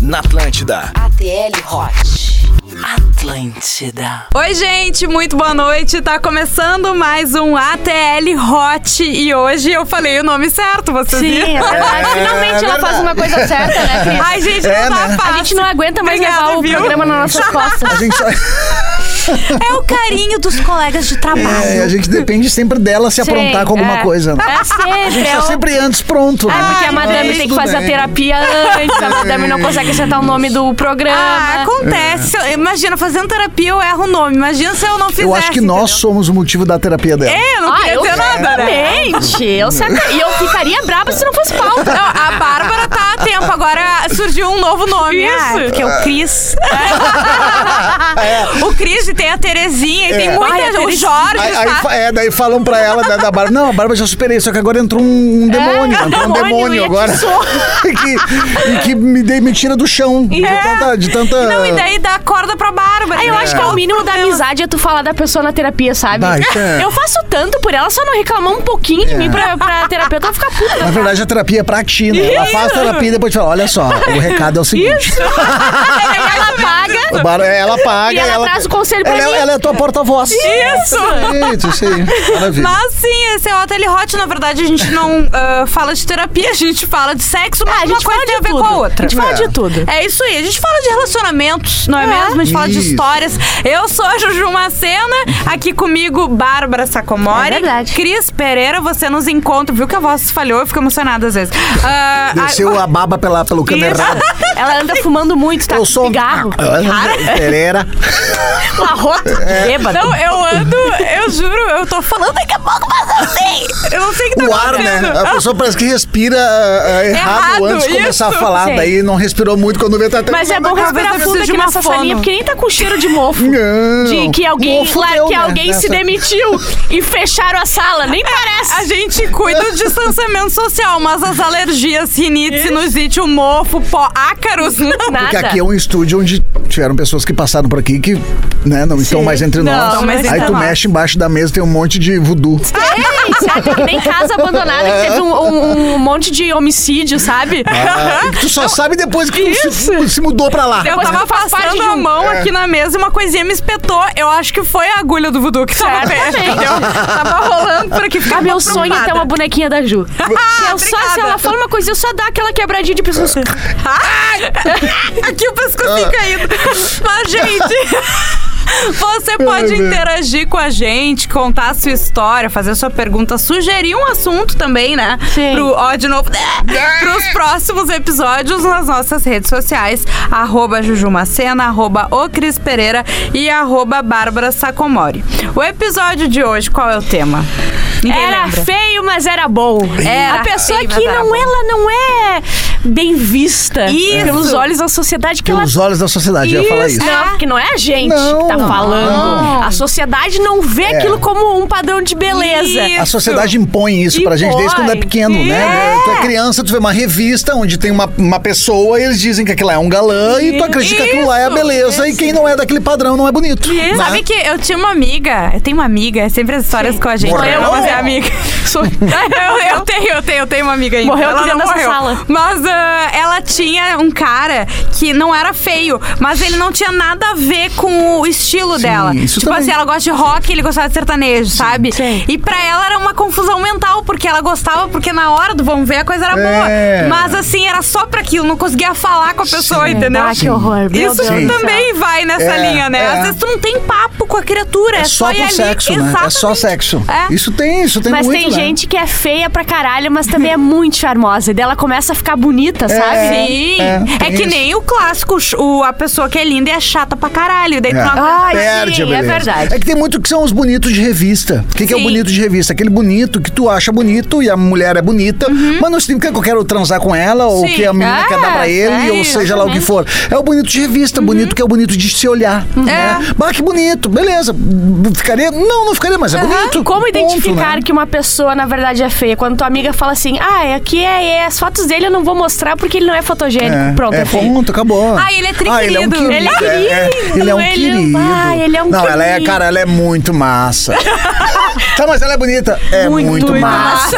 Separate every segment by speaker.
Speaker 1: na Atlântida.
Speaker 2: ATL Hot.
Speaker 3: Atlântida.
Speaker 4: Oi, gente, muito boa noite. Tá começando mais um ATL Hot e hoje eu falei o nome certo, vocês
Speaker 5: Sim,
Speaker 4: viram?
Speaker 5: é verdade.
Speaker 1: É
Speaker 5: Finalmente ela
Speaker 1: verdade.
Speaker 5: faz uma coisa certa, né, Cris?
Speaker 4: Ai, gente,
Speaker 1: É,
Speaker 4: não tá
Speaker 1: né?
Speaker 4: fácil.
Speaker 5: A gente não aguenta mais levar o
Speaker 4: viu?
Speaker 5: um programa nas nossas costas.
Speaker 1: A gente,
Speaker 3: É o carinho dos colegas de
Speaker 1: é, a
Speaker 3: trabalho.
Speaker 1: gente depende sempre dela se
Speaker 5: Sim,
Speaker 1: aprontar com alguma
Speaker 5: é.
Speaker 1: coisa. né?
Speaker 5: É
Speaker 1: A
Speaker 5: sempre.
Speaker 1: gente
Speaker 5: é
Speaker 1: tá
Speaker 5: o-
Speaker 1: sempre antes pronto.
Speaker 5: É porque
Speaker 1: né?
Speaker 5: a madame
Speaker 1: Mas
Speaker 5: tem que
Speaker 1: tudo
Speaker 5: fazer a
Speaker 1: bem.
Speaker 5: terapia antes, a madame não consegue acertar o nome do
Speaker 4: Ah,
Speaker 5: programa.
Speaker 4: acontece. Se eu- Imagina, fazendo terapia eu erro o nome. Imagina se eu não fizesse.
Speaker 1: Eu acho que nós somos o motivo da terapia dela.
Speaker 4: entendeu? É, eu não
Speaker 5: Ah,
Speaker 4: queria
Speaker 5: eu
Speaker 4: dizer nada, né?
Speaker 5: Exatamente. Eu sabia. E eu ficaria braba se não fosse pauta.
Speaker 4: Não, a Bárbara tá a tempo. Agora surgiu um novo nome.
Speaker 5: Isso.
Speaker 4: Ah, que é o Cris.
Speaker 1: Ah, é.
Speaker 4: o Cris e tem a Terezinha e tem muita
Speaker 5: Ai, a
Speaker 4: O
Speaker 5: Terezinha.
Speaker 4: Jorge.
Speaker 1: Aí, aí
Speaker 4: tá?
Speaker 1: fa- é, daí falam pra ela da, da Bárbara. Não, a Bárbara já superei, só que agora entrou um, um demônio. entrou um
Speaker 5: É, demônio,
Speaker 1: demônio
Speaker 5: e é
Speaker 1: agora. que, e que me, dei- me tira do chão. De
Speaker 4: É.
Speaker 1: tanta. De tanta
Speaker 4: Não, e daí dá corda pra Bárbara.
Speaker 5: Eu acho que é o mínimo da amizade é tu falar da pessoa na terapia, sabe?
Speaker 1: Vai, é.
Speaker 5: Eu faço tanto por ela, só não reclamar um pouquinho de mim pra, pra terapeuta ela ficar puta.
Speaker 1: Na verdade, a terapia é pra ti, né? Ela faz terapia e depois fala: olha só, o recado é o seguinte.
Speaker 5: Aí Ah, ela paga.
Speaker 1: O bar- é, ela paga.
Speaker 5: E ela traz o conselho pra
Speaker 1: ela,
Speaker 5: mim.
Speaker 1: Ela é a tua porta-voz.
Speaker 4: Isso!
Speaker 1: Isso, isso aí. Maravilha.
Speaker 4: Mas sim, esse é o Hotel Hot. Na verdade, a gente não ah, fala de terapia, a gente fala de sexo, mas
Speaker 5: Ah, a
Speaker 4: uma
Speaker 5: gente
Speaker 4: coisa
Speaker 5: fala
Speaker 4: tem a
Speaker 5: de
Speaker 4: ver
Speaker 5: tudo.
Speaker 4: com a outra.
Speaker 5: A gente fala
Speaker 1: É.
Speaker 5: de tudo.
Speaker 4: É isso aí, a gente fala de relacionamentos, não é, mesmo? A gente fala de
Speaker 1: Isso.
Speaker 4: histórias. Eu sou a Juju Macena, aqui comigo, Bárbara Sacomori.
Speaker 5: É verdade.
Speaker 4: Cris Pereira, você nos encontra. Viu que a voz falhou, eu fico emocionada às vezes. Ah,
Speaker 1: Desceu
Speaker 4: a-
Speaker 1: a baba pela, pelo cano
Speaker 4: Isso.
Speaker 1: errado.
Speaker 5: Ela anda fumando muito, tá?
Speaker 1: Eu sou. um Ah,
Speaker 5: Cigarro.
Speaker 1: Pereira.
Speaker 5: Arroto.
Speaker 1: É.
Speaker 5: Bêbado.
Speaker 4: Não, eu ando, eu juro, eu tô falando daqui a pouco, mas eu sei. Eu não sei o que tá
Speaker 1: O ar, né?
Speaker 4: acontecendo.
Speaker 1: A pessoa parece que respira ah, ah, errado,
Speaker 4: Errado,
Speaker 1: antes de começar
Speaker 4: isso.
Speaker 1: a falar.
Speaker 5: É Sim.
Speaker 1: Daí não respirou muito quando vê tá até
Speaker 5: Mas é bom
Speaker 4: Talvez eu
Speaker 5: respirar fundo
Speaker 4: precise de
Speaker 5: aqui
Speaker 4: uma
Speaker 5: nessa
Speaker 4: fono.
Speaker 5: salinha, porque nem tá com cheiro de mofo.
Speaker 1: Não.
Speaker 5: De que alguém,
Speaker 1: Mofo
Speaker 5: claro,
Speaker 1: deu,
Speaker 5: que
Speaker 1: né,
Speaker 5: alguém se
Speaker 1: nessa.
Speaker 5: demitiu e fecharam a sala. Nem parece.
Speaker 4: A gente cuida do distanciamento social, mas as alergias, rinite, sinusite, o mofo, pó, ácaros, não.
Speaker 5: Nada.
Speaker 1: Porque aqui é um estúdio onde tiveram pessoas que passaram por aqui que né, não estão mais entre
Speaker 4: Não,
Speaker 1: nós.
Speaker 4: estão mais
Speaker 1: Aí
Speaker 4: entre
Speaker 1: tu
Speaker 4: nós.
Speaker 1: mexe embaixo da mesa tem um monte de voodoo.
Speaker 5: Ei, sabe? Que nem casa abandonada que teve um, um- um monte de homicídio, sabe?
Speaker 1: Ah, e que tu só sabe depois que tu se, se mudou pra lá.
Speaker 4: Eu
Speaker 5: Depois
Speaker 4: tava
Speaker 5: tu faz parte
Speaker 4: passando
Speaker 5: de um.
Speaker 4: a mão
Speaker 1: É.
Speaker 4: aqui na mesa e uma coisinha me espetou. Eu acho que foi a agulha do voodoo que tava perto. entendeu? Tava rolando por aqui. Ficava
Speaker 5: Ah, meu sonho é ter uma bonequinha da Ju. Que eu só, se
Speaker 4: Ah, Obrigada.
Speaker 5: ela fala uma coisa, eu só dá aquela quebradinha de pessoas.
Speaker 4: Aqui o pescocinho
Speaker 1: Ah.
Speaker 4: caído. Mas, gente. Você pode
Speaker 1: meu.
Speaker 4: interagir com a gente, contar a sua história, fazer sua pergunta, sugerir um assunto também, né?
Speaker 5: Sim.
Speaker 4: Pro, ó, de novo, pros próximos episódios nas nossas redes sociais, arroba Jujumacena, arroba o Cris Pereira e arroba Bárbara Sacomori. O episódio de hoje, qual é o tema? Ninguém
Speaker 5: Era
Speaker 4: lembra.
Speaker 5: feio, mas era bom.
Speaker 4: Era
Speaker 5: a pessoa
Speaker 4: feio, mas
Speaker 5: que
Speaker 4: era
Speaker 5: não,
Speaker 4: bom.
Speaker 5: ela não é bem vista
Speaker 4: Isso.
Speaker 5: pelos olhos da sociedade que ela
Speaker 1: Pelos olhos da sociedade, eu ia falar isso.
Speaker 5: Não, porque não é a gente
Speaker 1: Não,
Speaker 5: que tá
Speaker 1: não. É.
Speaker 5: falando. A sociedade não vê aquilo como um padrão de beleza.
Speaker 4: Isso.
Speaker 1: A sociedade impõe isso pra gente desde quando é pequeno, né? Tu é criança, tu vê uma revista onde tem uma, uma pessoa e eles dizem que aquilo lá é um galã e tu acredita que aquilo lá é a beleza e quem não é daquele padrão não é bonito. né?
Speaker 4: Sabe que eu tinha uma amiga, eu tenho uma amiga, é sempre as histórias com a gente.
Speaker 1: Morreu?
Speaker 4: Eu, mas é amiga.
Speaker 1: É
Speaker 4: eu, eu tenho, eu tenho, eu tenho uma amiga ainda.
Speaker 5: Morreu
Speaker 4: ela
Speaker 5: aqui
Speaker 4: não
Speaker 5: dentro
Speaker 4: morreu.
Speaker 5: dessa sala.
Speaker 4: Mas ah, ela tinha um cara que não era feio, mas ele não tinha nada a ver com o estilo dela.
Speaker 1: isso
Speaker 4: tipo
Speaker 1: também.
Speaker 4: assim, ela gosta de rock, ele gostava de sertanejo, sabe?
Speaker 5: sim.
Speaker 4: E pra ela era uma confusão mental, porque ela gostava, porque na hora do vamos ver a coisa era
Speaker 1: É.
Speaker 4: boa. Mas assim, era só pra aquilo, não conseguia falar com a pessoa, entendeu?
Speaker 5: Ah, que horror. Meu
Speaker 4: Isso
Speaker 5: Deus
Speaker 1: Sim.
Speaker 5: do céu.
Speaker 4: também vai nessa
Speaker 1: É,
Speaker 4: linha, né?
Speaker 1: é.
Speaker 4: Às vezes tu não tem papo com a criatura, é,
Speaker 1: É só
Speaker 4: ir
Speaker 1: pro
Speaker 4: ali.
Speaker 1: sexo, né? É só
Speaker 4: Exatamente.
Speaker 1: sexo.
Speaker 4: É.
Speaker 1: Isso tem, isso tem
Speaker 5: Mas
Speaker 1: muito,
Speaker 5: tem
Speaker 1: né?
Speaker 5: gente que é feia pra caralho, mas também é muito charmosa. E daí ela começa a ficar bonita, sabe?
Speaker 4: Sim.
Speaker 1: É,
Speaker 4: É,
Speaker 1: tem
Speaker 4: que
Speaker 1: isso.
Speaker 4: nem o clássico, o, a pessoa que é linda e é chata pra caralho. Daí tu
Speaker 1: É.
Speaker 4: não aguenta.
Speaker 5: Ai,
Speaker 1: Perde
Speaker 5: sim,
Speaker 1: a beleza.
Speaker 5: é verdade.
Speaker 1: É que tem muito que são os bonitos de revista. O que, que é o
Speaker 4: Sim.
Speaker 1: bonito de revista? Aquele bonito que tu acha bonito e a mulher é bonita, mas não significa que eu quero transar com ela ou
Speaker 4: Sim.
Speaker 1: que a menina
Speaker 4: É,
Speaker 1: quer dar pra ele,
Speaker 4: é
Speaker 1: ou
Speaker 4: isso,
Speaker 1: seja lá o que for. É o bonito de revista, bonito que é o bonito de se olhar. Né? Bah, que bonito. Beleza, beleza. Ficaria? Não, não ficaria, mas é bonito.
Speaker 5: Como
Speaker 1: Ponto,
Speaker 5: identificar
Speaker 1: né?
Speaker 5: que uma pessoa, na verdade, é feia? Quando tua amiga fala assim, ah, aqui é, é as fotos dele eu não vou mostrar porque ele não é fotogênico.
Speaker 1: É,
Speaker 5: Pronto,
Speaker 1: é
Speaker 5: é feio.
Speaker 1: ponto, acabou.
Speaker 4: Ah, ele é tri-
Speaker 1: Ah, ele é um querido.
Speaker 4: querido. Ele é
Speaker 1: é,
Speaker 5: querido,
Speaker 1: ele é um
Speaker 5: ele é-
Speaker 1: querido.
Speaker 5: Ah, ele é um
Speaker 1: Não, ela é,
Speaker 5: querido.
Speaker 1: cara, ela é muito massa. tá, mas ela é bonita. É muito, massa.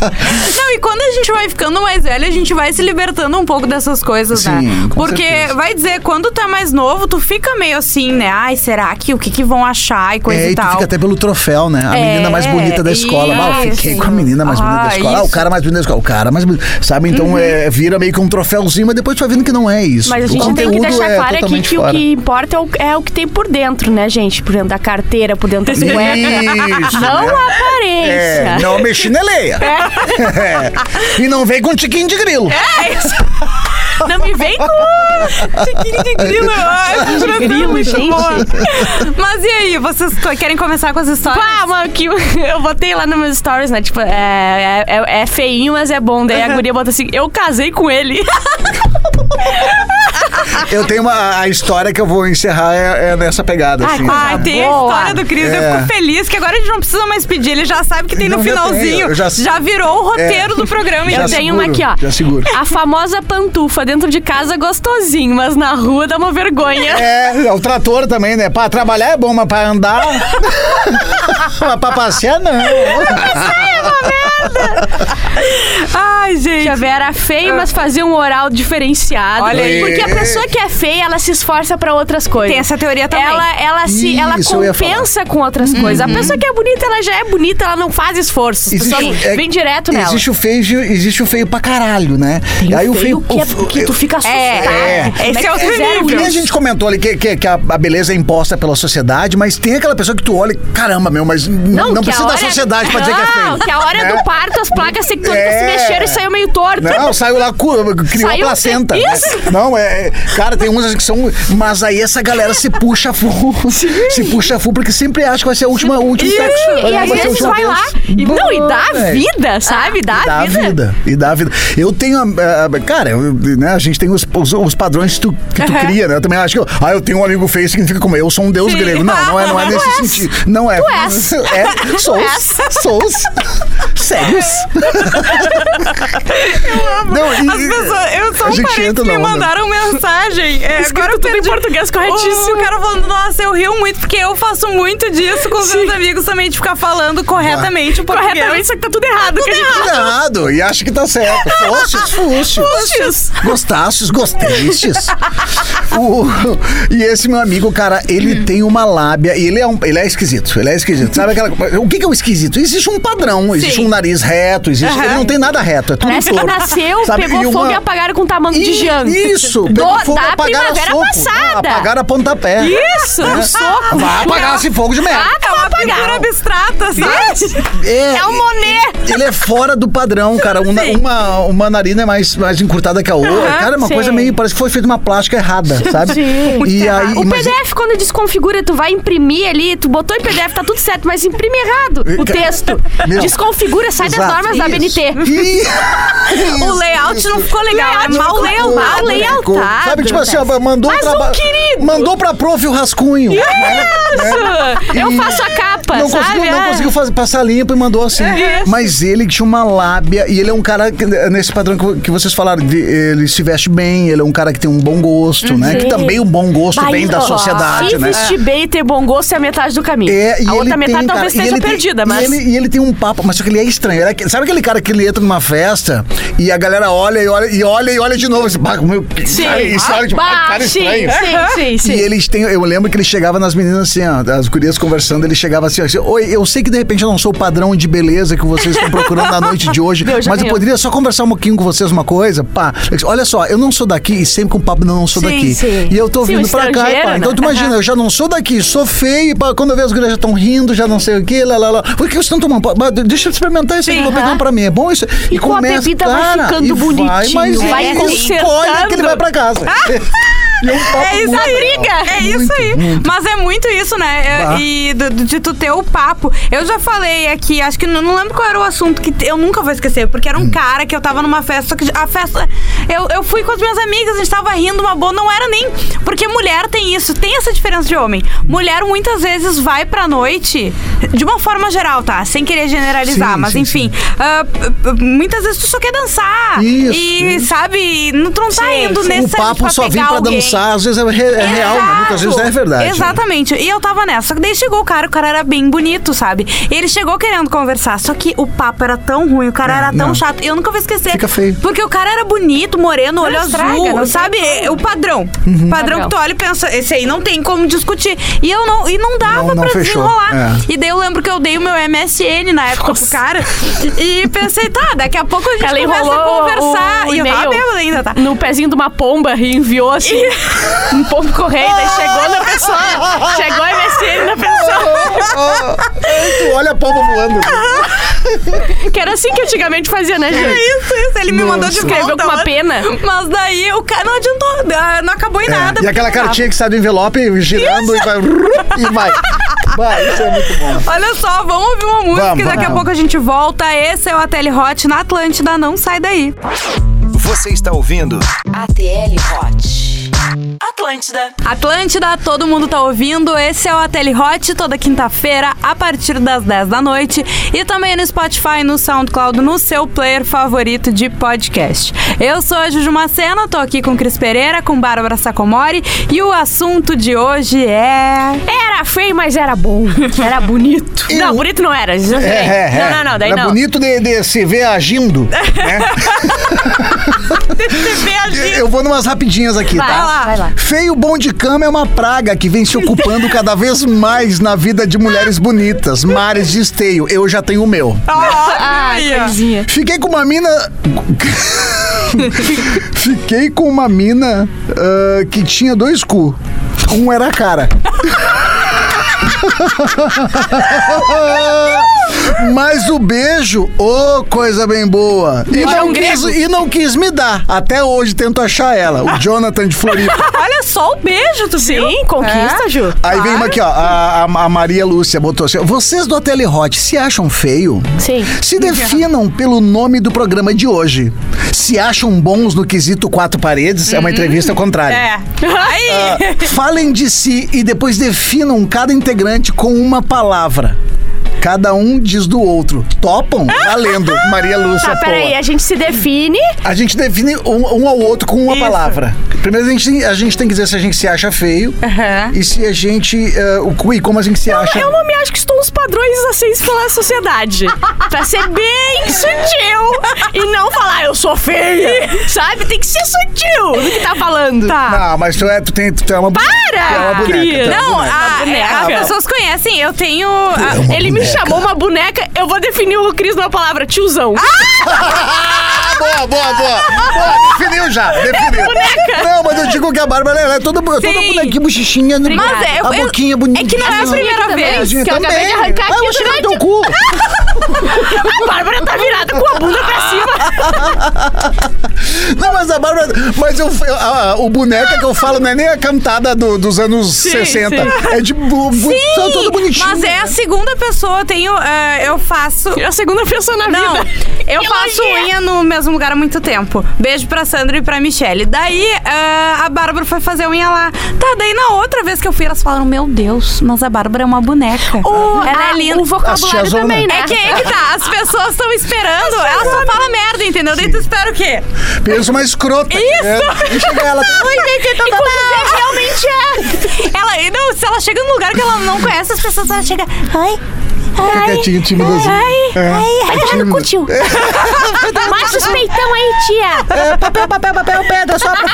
Speaker 4: Não, e quando a gente vai ficando mais velho, a gente vai se libertando um pouco dessas coisas,
Speaker 1: Sim,
Speaker 4: né?
Speaker 1: com
Speaker 4: Porque
Speaker 1: certeza.
Speaker 4: vai dizer, quando tu é mais novo, tu fica meio assim, né? Ai, será que o que, que vão achar e coisa
Speaker 1: É,
Speaker 4: e
Speaker 1: e tu
Speaker 4: tal.
Speaker 1: fica até pelo troféu, né? A
Speaker 4: É,
Speaker 1: menina mais bonita da escola. Ah, eu fiquei
Speaker 4: isso.
Speaker 1: com a menina mais bonita da
Speaker 4: Ah,
Speaker 1: escola. Ah, o
Speaker 4: isso.
Speaker 1: cara mais bonito da escola. O cara mais bonito. Sabe? Então é, vira meio que um troféuzinho, mas depois tu vai vendo que não é isso.
Speaker 5: Uhum. Mas a
Speaker 1: o
Speaker 5: gente tem
Speaker 1: conteúdo
Speaker 5: que deixar
Speaker 1: é
Speaker 5: claro aqui
Speaker 1: totalmente
Speaker 5: que o
Speaker 1: fora.
Speaker 5: que importa é o, é o que tem por dentro, né, gente? Por dentro da carteira, por dentro da cueca.
Speaker 1: Isso,
Speaker 5: Não
Speaker 1: né?
Speaker 5: apareça.
Speaker 1: É, não me chineleia.
Speaker 5: É.
Speaker 1: E não vem com tiquinho de grilo.
Speaker 5: Não me vem com...
Speaker 4: Tiquinho de grilo, ai, essa geração é
Speaker 5: grilo,
Speaker 4: muito
Speaker 5: gente.
Speaker 4: boa. Mas e aí, vocês co- querem começar com as histórias?
Speaker 5: Pá, mano, que eu botei lá nos meus stories, né? Tipo, é, é, é feinho, mas é bom. Daí a guria bota assim, eu casei com ele.
Speaker 1: Eu tenho uma a história que eu vou encerrar é, é nessa pegada.
Speaker 5: Ai,
Speaker 1: assim,
Speaker 5: quase.
Speaker 1: né?
Speaker 4: Ai, Ah, tem a
Speaker 5: Boa.
Speaker 4: história do Cris, eu
Speaker 1: É.
Speaker 4: fico feliz que agora a gente não precisa mais pedir, ele já sabe que tem no
Speaker 1: Não, já tem,
Speaker 4: finalzinho.
Speaker 1: eu
Speaker 4: já,
Speaker 1: já- É.
Speaker 4: virou o roteiro do programa.
Speaker 1: Já
Speaker 5: Eu tenho uma
Speaker 1: seguro,
Speaker 5: aqui, ó.
Speaker 1: Já seguro.
Speaker 5: A famosa pantufa dentro de casa é gostosinho, mas na rua dá uma vergonha.
Speaker 1: É, é, o trator também, né? Pra trabalhar é bom, mas pra andar. mas pra passear, não.
Speaker 4: Ai, gente.
Speaker 5: Já era feio, mas fazia um oral diferenciado.
Speaker 4: Olha aí.
Speaker 5: Porque a pessoa que é feia, ela se esforça pra outras coisas.
Speaker 4: Tem essa teoria também.
Speaker 5: Ela, ela se ela
Speaker 1: Isso, eu ia Uhum.
Speaker 5: compensa com outras coisas. A pessoa que é bonita, ela já é bonita, ela não faz esforço. As pessoas
Speaker 1: é-
Speaker 5: vem direto nela.
Speaker 1: Existe o feio, existe o feio pra caralho, né? E aí o feio.
Speaker 5: que, é, que tu fica assustada.
Speaker 1: É.
Speaker 5: Como
Speaker 4: Esse
Speaker 5: que
Speaker 4: é o
Speaker 5: fizeram
Speaker 4: primeiro.
Speaker 1: Que
Speaker 5: isso?
Speaker 1: nem a gente comentou ali que, que- que a, a beleza é imposta pela sociedade, mas tem aquela pessoa que tu olha, e, caramba, meu, mas n- não,
Speaker 5: que a
Speaker 1: precisa da
Speaker 5: hora-
Speaker 1: sociedade pra dizer que é feio.
Speaker 5: Não, que a hora
Speaker 1: Né?
Speaker 5: do parto, as placas tectônicas se
Speaker 1: É.
Speaker 5: mexeram e saiu meio torto.
Speaker 1: Não, saiu lá, cu- criou
Speaker 5: Saiu-
Speaker 1: a placenta. né?
Speaker 5: Isso.
Speaker 1: Não, é. é, Cara, tem uns que são. Mas aí essa galera se puxa full. Se puxa full, porque sempre acha que vai ser a última, o último sexo.
Speaker 5: E,
Speaker 1: Vai
Speaker 5: e
Speaker 1: lá,
Speaker 5: às
Speaker 1: vai ser a
Speaker 5: vezes
Speaker 1: última
Speaker 5: vai
Speaker 1: vez.
Speaker 5: lá. E, não, e dá
Speaker 1: Bom, um velho.
Speaker 5: vida, sabe? Dá,
Speaker 1: Dá
Speaker 5: vida.
Speaker 1: vida. E dá vida. Eu tenho. a- a- a- cara, eu- né, a gente tem os, os- os padrões que tu, que tu cria, né? Eu também acho que. eu- Ah, eu tenho um amigo feio, significa como eu sou um deus
Speaker 4: Sim.
Speaker 1: grego. Não, não é, não é
Speaker 5: Tu
Speaker 1: nesse
Speaker 5: és.
Speaker 1: sentido. Não é.
Speaker 5: és.
Speaker 1: É, sou.
Speaker 5: és.
Speaker 1: Sou. Sérios. Não, e-
Speaker 4: As pessoas, eu sou
Speaker 1: a
Speaker 4: um
Speaker 1: gente
Speaker 4: parente
Speaker 1: entra
Speaker 4: que me
Speaker 1: na onda.
Speaker 4: mandaram mensagem. É, agora eu
Speaker 5: tudo em
Speaker 4: perdi.
Speaker 5: português corretíssimo.
Speaker 4: O cara falando, nossa, eu rio muito, porque eu faço muito disso com os meus amigos também, de ficar falando corretamente o português.
Speaker 5: Corretamente, só que tá tudo errado. que a gente-
Speaker 1: Tudo errado. E acha que tá certo. Fostes, fustes.
Speaker 5: Puxa.
Speaker 1: Gostastes, gostestes. O- e esse meu amigo, cara,
Speaker 5: Hum.
Speaker 1: ele tem uma lábia e ele é, um, ele é esquisito. Ele é esquisito. Sabe aquela. O que, que é o esquisito? Existe um padrão, existe um nariz reto, existe. Ele não tem nada reto, é tudo
Speaker 5: Parece que
Speaker 1: torto.
Speaker 5: nasceu,
Speaker 1: Sabe,
Speaker 5: pegou
Speaker 1: e uma-
Speaker 5: fogo e apagaram com tamanho de
Speaker 1: I-
Speaker 5: janga.
Speaker 1: Isso, pegou
Speaker 5: Do-
Speaker 1: fogo
Speaker 5: da
Speaker 1: apagaram a
Speaker 5: primavera
Speaker 1: soco.
Speaker 5: passada.
Speaker 1: Apagaram a pontapé.
Speaker 5: Isso, um soco.
Speaker 1: Vai apagar esse fogo de merda.
Speaker 5: Ah,
Speaker 4: É
Speaker 5: não
Speaker 4: uma pintura
Speaker 5: apagaram.
Speaker 4: abstrata, sabe?
Speaker 1: É,
Speaker 5: É o Monet.
Speaker 1: Ele, ele é fora do padrão, cara. Uma, uma, uma narina é mais, mais encurtada que a outra. cara, é uma
Speaker 5: sim.
Speaker 1: coisa meio. Parece que foi feita uma plástica errada, sabe?
Speaker 5: Sim.
Speaker 1: E aí,
Speaker 5: O
Speaker 1: mas- é-
Speaker 5: PDF, quando desconfigura, tu vai imprimir ali, tu botou em PDF, tá tudo certo, mas imprime errado o
Speaker 1: Ca-
Speaker 5: texto.
Speaker 1: Meu.
Speaker 5: Desconfigura, sai das
Speaker 1: Exato.
Speaker 5: normas da
Speaker 1: Isso.
Speaker 5: BNT.
Speaker 1: Ih,
Speaker 4: O
Speaker 1: isso,
Speaker 4: layout não ficou legal, é
Speaker 5: Layout
Speaker 4: mal
Speaker 5: ficou-
Speaker 4: layout.
Speaker 5: mal
Speaker 1: ficou.
Speaker 5: layoutado.
Speaker 1: Sabe, tipo assim, ó, mandou
Speaker 5: Mas um
Speaker 1: traba-
Speaker 5: querido.
Speaker 1: Mandou pra prof o rascunho. Né?
Speaker 5: Isso! Eu faço a capa,
Speaker 1: Não
Speaker 5: sabe? É
Speaker 1: conseguiu, não
Speaker 5: Ah.
Speaker 1: conseguiu fazer, passar limpo e mandou assim. Mas ele que tinha uma lábia, e ele é um cara que, nesse padrão que, que vocês falaram, de- ele se veste bem, ele é um cara que tem um bom gosto, né? Que
Speaker 5: Sim.
Speaker 1: também o bom gosto
Speaker 5: Bah,
Speaker 1: vem da
Speaker 5: ó,
Speaker 1: sociedade,
Speaker 5: Se
Speaker 1: né?
Speaker 5: vestir bem e ter bom gosto é a metade do caminho.
Speaker 1: É, e
Speaker 5: a outra
Speaker 1: ele
Speaker 5: metade
Speaker 1: tem, cara,
Speaker 5: talvez
Speaker 1: e
Speaker 5: esteja
Speaker 1: ele tem-
Speaker 5: perdida,
Speaker 1: e
Speaker 5: mas.
Speaker 1: ele- E ele tem um papo, mas só que ele é estranho. Ele é aquele- sabe aquele cara que ele entra numa festa e a galera olha e olha e olha e olha de novo? Assim, "Bah, meu, cara, isso, olha, tipo,
Speaker 5: Ah, Bah,
Speaker 1: cara
Speaker 5: sim, É,
Speaker 1: estranho.
Speaker 5: sim, sim, sim.
Speaker 1: E eles têm. Eu lembro que ele chegava nas meninas assim, ó, as gurias conversando, ele chegava assim, ó, assim, Oi, eu sei que de repente eu não sou o padrão de beleza que vocês estão procurando na noite de hoje,
Speaker 5: Meu, já
Speaker 1: mas eu
Speaker 5: ganhou.
Speaker 1: poderia só conversar um pouquinho com vocês uma coisa? Pá, Ele disse, olha só, eu não sou daqui e sempre com o papo não, não sou
Speaker 5: Sim,
Speaker 1: daqui.
Speaker 5: sim.
Speaker 1: E eu tô
Speaker 5: Sim, um
Speaker 1: vindo pra cá, e
Speaker 5: estrangeiro,
Speaker 1: pá.
Speaker 5: né?
Speaker 1: Então tu imagina, eu já não sou daqui, sou feio, e pá, quando eu vejo as gurias já estão rindo, já não sei o que, lá, lá, lá. Por que vocês estão tomando? pá? Bah, Deixa eu experimentar isso aqui,
Speaker 5: Sim,
Speaker 1: vou pegar
Speaker 5: aham.
Speaker 1: um pra mim. É bom isso?
Speaker 5: E com a bebida vai ficando
Speaker 1: e
Speaker 5: bonitinho,
Speaker 1: Vai, mas
Speaker 5: vai
Speaker 1: ele escolhe que ele
Speaker 5: consertando.
Speaker 1: vai pra casa. E é um papo
Speaker 4: É isso
Speaker 1: muito
Speaker 4: aí.
Speaker 1: legal.
Speaker 4: É
Speaker 1: Muito,
Speaker 4: isso aí.
Speaker 1: muito.
Speaker 4: Mas é muito isso, né? É,
Speaker 1: Bah.
Speaker 4: E do- do- de tu ter o papo. Eu já falei aqui, acho que não, não lembro qual era o assunto que eu nunca vou esquecer, porque era um
Speaker 1: Hum.
Speaker 4: cara que eu tava numa festa, só que a festa. Eu, eu fui com as minhas amigas, a gente tava rindo uma boa, não era nem. Porque mulher tem isso, tem essa diferença de homem. Mulher muitas vezes vai pra noite, de uma forma geral, tá? Sem querer generalizar,
Speaker 1: Sim,
Speaker 4: mas
Speaker 1: sim,
Speaker 4: enfim. ah, p- p- muitas vezes tu só quer dançar.
Speaker 1: Isso,
Speaker 4: E,
Speaker 1: isso.
Speaker 4: sabe, não, tu não tá
Speaker 5: Sim,
Speaker 4: indo
Speaker 5: sim.
Speaker 1: O
Speaker 4: necessariamente
Speaker 1: papo
Speaker 4: pra
Speaker 1: só vem
Speaker 4: pegar
Speaker 1: pra
Speaker 4: alguém.
Speaker 1: dançar, às vezes é, re- é real, né? Muitas vezes
Speaker 4: Exato.
Speaker 1: é verdade. né?
Speaker 4: Exatamente. E eu tava nessa. Só que daí chegou o cara, o cara era bem bonito, sabe? E ele chegou querendo conversar. Só que o papo era tão ruim, o cara
Speaker 1: É,
Speaker 4: era tão
Speaker 1: não.
Speaker 4: chato. Eu nunca vou esquecer.
Speaker 1: Fica feio.
Speaker 4: Porque o cara era bonito, moreno, olho
Speaker 5: estraga,
Speaker 4: azul.
Speaker 5: não
Speaker 4: sabe? É O padrão.
Speaker 1: Uhum.
Speaker 4: Padrão que tu olha e pensa, esse aí não tem como discutir. E eu não, e não dava
Speaker 1: Não- não
Speaker 4: pra
Speaker 1: fechou,
Speaker 4: desenrolar.
Speaker 1: é.
Speaker 4: E daí eu lembro que eu dei o meu MSN na época pro cara. E pensei, tá, daqui a pouco a gente
Speaker 5: Ela
Speaker 4: começa a
Speaker 5: enrolou
Speaker 4: conversar.
Speaker 5: o
Speaker 4: e eu tava
Speaker 5: e-mail.
Speaker 4: bêbada ainda, tá?
Speaker 5: No pezinho de uma pomba e enviou assim um pombo correio, daí chegou na pessoa, chegou a MSN na pessoa.
Speaker 1: Tu olha a pomba voando.
Speaker 5: Ah, Que era assim que antigamente fazia, né, gente?
Speaker 4: É Isso, isso. Ele me mandou de volta.
Speaker 5: Escreveu com uma
Speaker 4: mas-
Speaker 5: pena.
Speaker 4: Mas daí o cara não adiantou, ah, não acabou em
Speaker 1: É,
Speaker 4: nada.
Speaker 1: E aquela
Speaker 4: porque- tá.
Speaker 1: cartinha que sai do envelope girando e vai. E vai. Bah, isso é muito bom.
Speaker 4: Olha só, vamos ouvir uma música
Speaker 1: Vamos,
Speaker 4: e daqui a
Speaker 1: vamos.
Speaker 4: pouco a gente volta. Esse é o ATL Hot na Atlântida, não sai daí.
Speaker 6: Você está ouvindo?
Speaker 2: ATL Hot. Atlântida.
Speaker 4: Atlântida, todo mundo tá ouvindo. Esse é o ATL Hot, toda quinta-feira, a partir das 10 da noite. E também no Spotify, no SoundCloud, no seu player favorito de podcast. Eu sou a Juju Macena, tô aqui com Cris Pereira, com Bárbara Sacomori. E o assunto de hoje é...
Speaker 5: Era feio, mas era bom. Era bonito.
Speaker 1: Eu-
Speaker 5: Não, bonito não era. já
Speaker 1: É,
Speaker 5: sei.
Speaker 1: é, é.
Speaker 5: Não, não, não, daí
Speaker 1: Era
Speaker 5: não.
Speaker 1: bonito de, de se ver agindo. né? Eu vou numas rapidinhas aqui,
Speaker 5: Vai
Speaker 1: tá?
Speaker 5: lá, vai lá.
Speaker 1: Feio bom de cama é uma praga que vem se ocupando cada vez mais na vida de mulheres bonitas. Mares de esteio. Eu já tenho o meu.
Speaker 5: Ah, coisinha.
Speaker 1: Fiquei com uma mina. Fiquei com uma mina ah, que tinha dois cu. Um era a cara. Mas o beijo, ô coisa bem boa. E
Speaker 5: Beijo é
Speaker 1: não,
Speaker 5: um
Speaker 1: quis,
Speaker 5: grego.
Speaker 1: e não quis me dar. Até hoje tento achar ela, o Jonathan de Floripa.
Speaker 4: Olha só o beijo, tu viu?
Speaker 5: Sim, conquista, Ju.
Speaker 1: Aí vem uma aqui, ó. A, a- a Maria Lúcia botou assim: ó, Vocês do Hotel Hot se acham feio?
Speaker 5: Sim.
Speaker 1: Se definam pelo nome do programa de hoje. Se acham bons no quesito quatro paredes, é uma entrevista ao contrário.
Speaker 4: É. Aí.
Speaker 1: Ah, falem de si e depois definam cada integrante com uma palavra. Cada um diz do outro. Topam? Valendo, Maria Lúcia.
Speaker 5: Tá,
Speaker 1: Poa.
Speaker 5: peraí, a gente se define.
Speaker 1: A gente define um, um ao outro com uma palavra. Primeiro a gente, a gente tem que dizer se a gente se acha feio
Speaker 4: Aham.
Speaker 1: e se a gente. eh, o cu e como a gente se
Speaker 4: é
Speaker 1: acha.
Speaker 5: Eu não me acho que estou nos padrões aceitos pela sociedade. pra ser bem sutil e não falar eu sou feia. Sabe? Tem que ser sutil do que tá falando. Tá.
Speaker 1: Ah, mas tu é, tu tem, tu é uma.
Speaker 5: Para,
Speaker 1: Tu é uma boneca,
Speaker 5: Cris.
Speaker 1: tu é uma
Speaker 4: Não, ah,
Speaker 1: boneca.
Speaker 4: a-
Speaker 5: boneca.
Speaker 4: as pessoas conhecem. Eu tenho. ah, a-
Speaker 1: É uma
Speaker 5: Ele me
Speaker 1: boneca.
Speaker 5: chamou uma boneca, eu vou definir o Cris numa palavra, tiozão.
Speaker 1: Ah, boa, boa, boa. Boa, definiu já,
Speaker 4: É
Speaker 1: definiu. Não, mas eu digo que a Bárbara ela é toda, toda
Speaker 4: Sim.
Speaker 1: bonequinha, bochichinha, né?
Speaker 4: Mas é,
Speaker 1: a
Speaker 4: eu-
Speaker 1: boquinha bonita.
Speaker 4: é que não é a primeira vez.
Speaker 5: que eu
Speaker 1: também.
Speaker 5: acabei de arrancar
Speaker 1: ah,
Speaker 5: aqui
Speaker 1: eu cheguei no teu cu.
Speaker 5: A Bárbara tá virada com a bunda pra cima.
Speaker 1: Não, mas a Bárbara. Mas eu, eu- a- a- o boneca que eu falo não é nem a cantada do- dos anos 60. É de. Bu, bu, são todo bonitinho.
Speaker 4: Mas é a segunda pessoa. Eu tenho. é, eu faço.
Speaker 5: É a segunda pessoa na
Speaker 4: Não,
Speaker 5: vida.
Speaker 4: eu faço unha no mesmo lugar há muito tempo. Beijo pra Sandra e pra Michelle. Daí ah, a Bárbara foi fazer unha lá. Tá, daí na outra vez que eu fui, elas falaram: Meu Deus, mas a Bárbara é uma boneca.
Speaker 5: O,
Speaker 4: Ela é
Speaker 5: a-
Speaker 4: linda.
Speaker 5: O vocabulário
Speaker 1: tiazona.
Speaker 5: também, né?
Speaker 4: É que é que tá, as pessoas estão esperando, elas só falam merda, entendeu? Daí tu espera o quê?
Speaker 1: Pensa uma escrota. É, Isso! chega ela.
Speaker 4: E quando vê, realmente é. Ela, não, se ela chega num lugar que ela não conhece, as pessoas ela chega. Ai,
Speaker 1: Fica
Speaker 4: ai.
Speaker 1: quietinha, tímidazinha.
Speaker 4: ai,
Speaker 1: É,
Speaker 4: ai,
Speaker 1: é
Speaker 4: ai,
Speaker 1: tímida.
Speaker 4: curtiu.
Speaker 5: Mais suspeitão aí, tia.
Speaker 1: É, papel, papel, papel, pedra, só pra.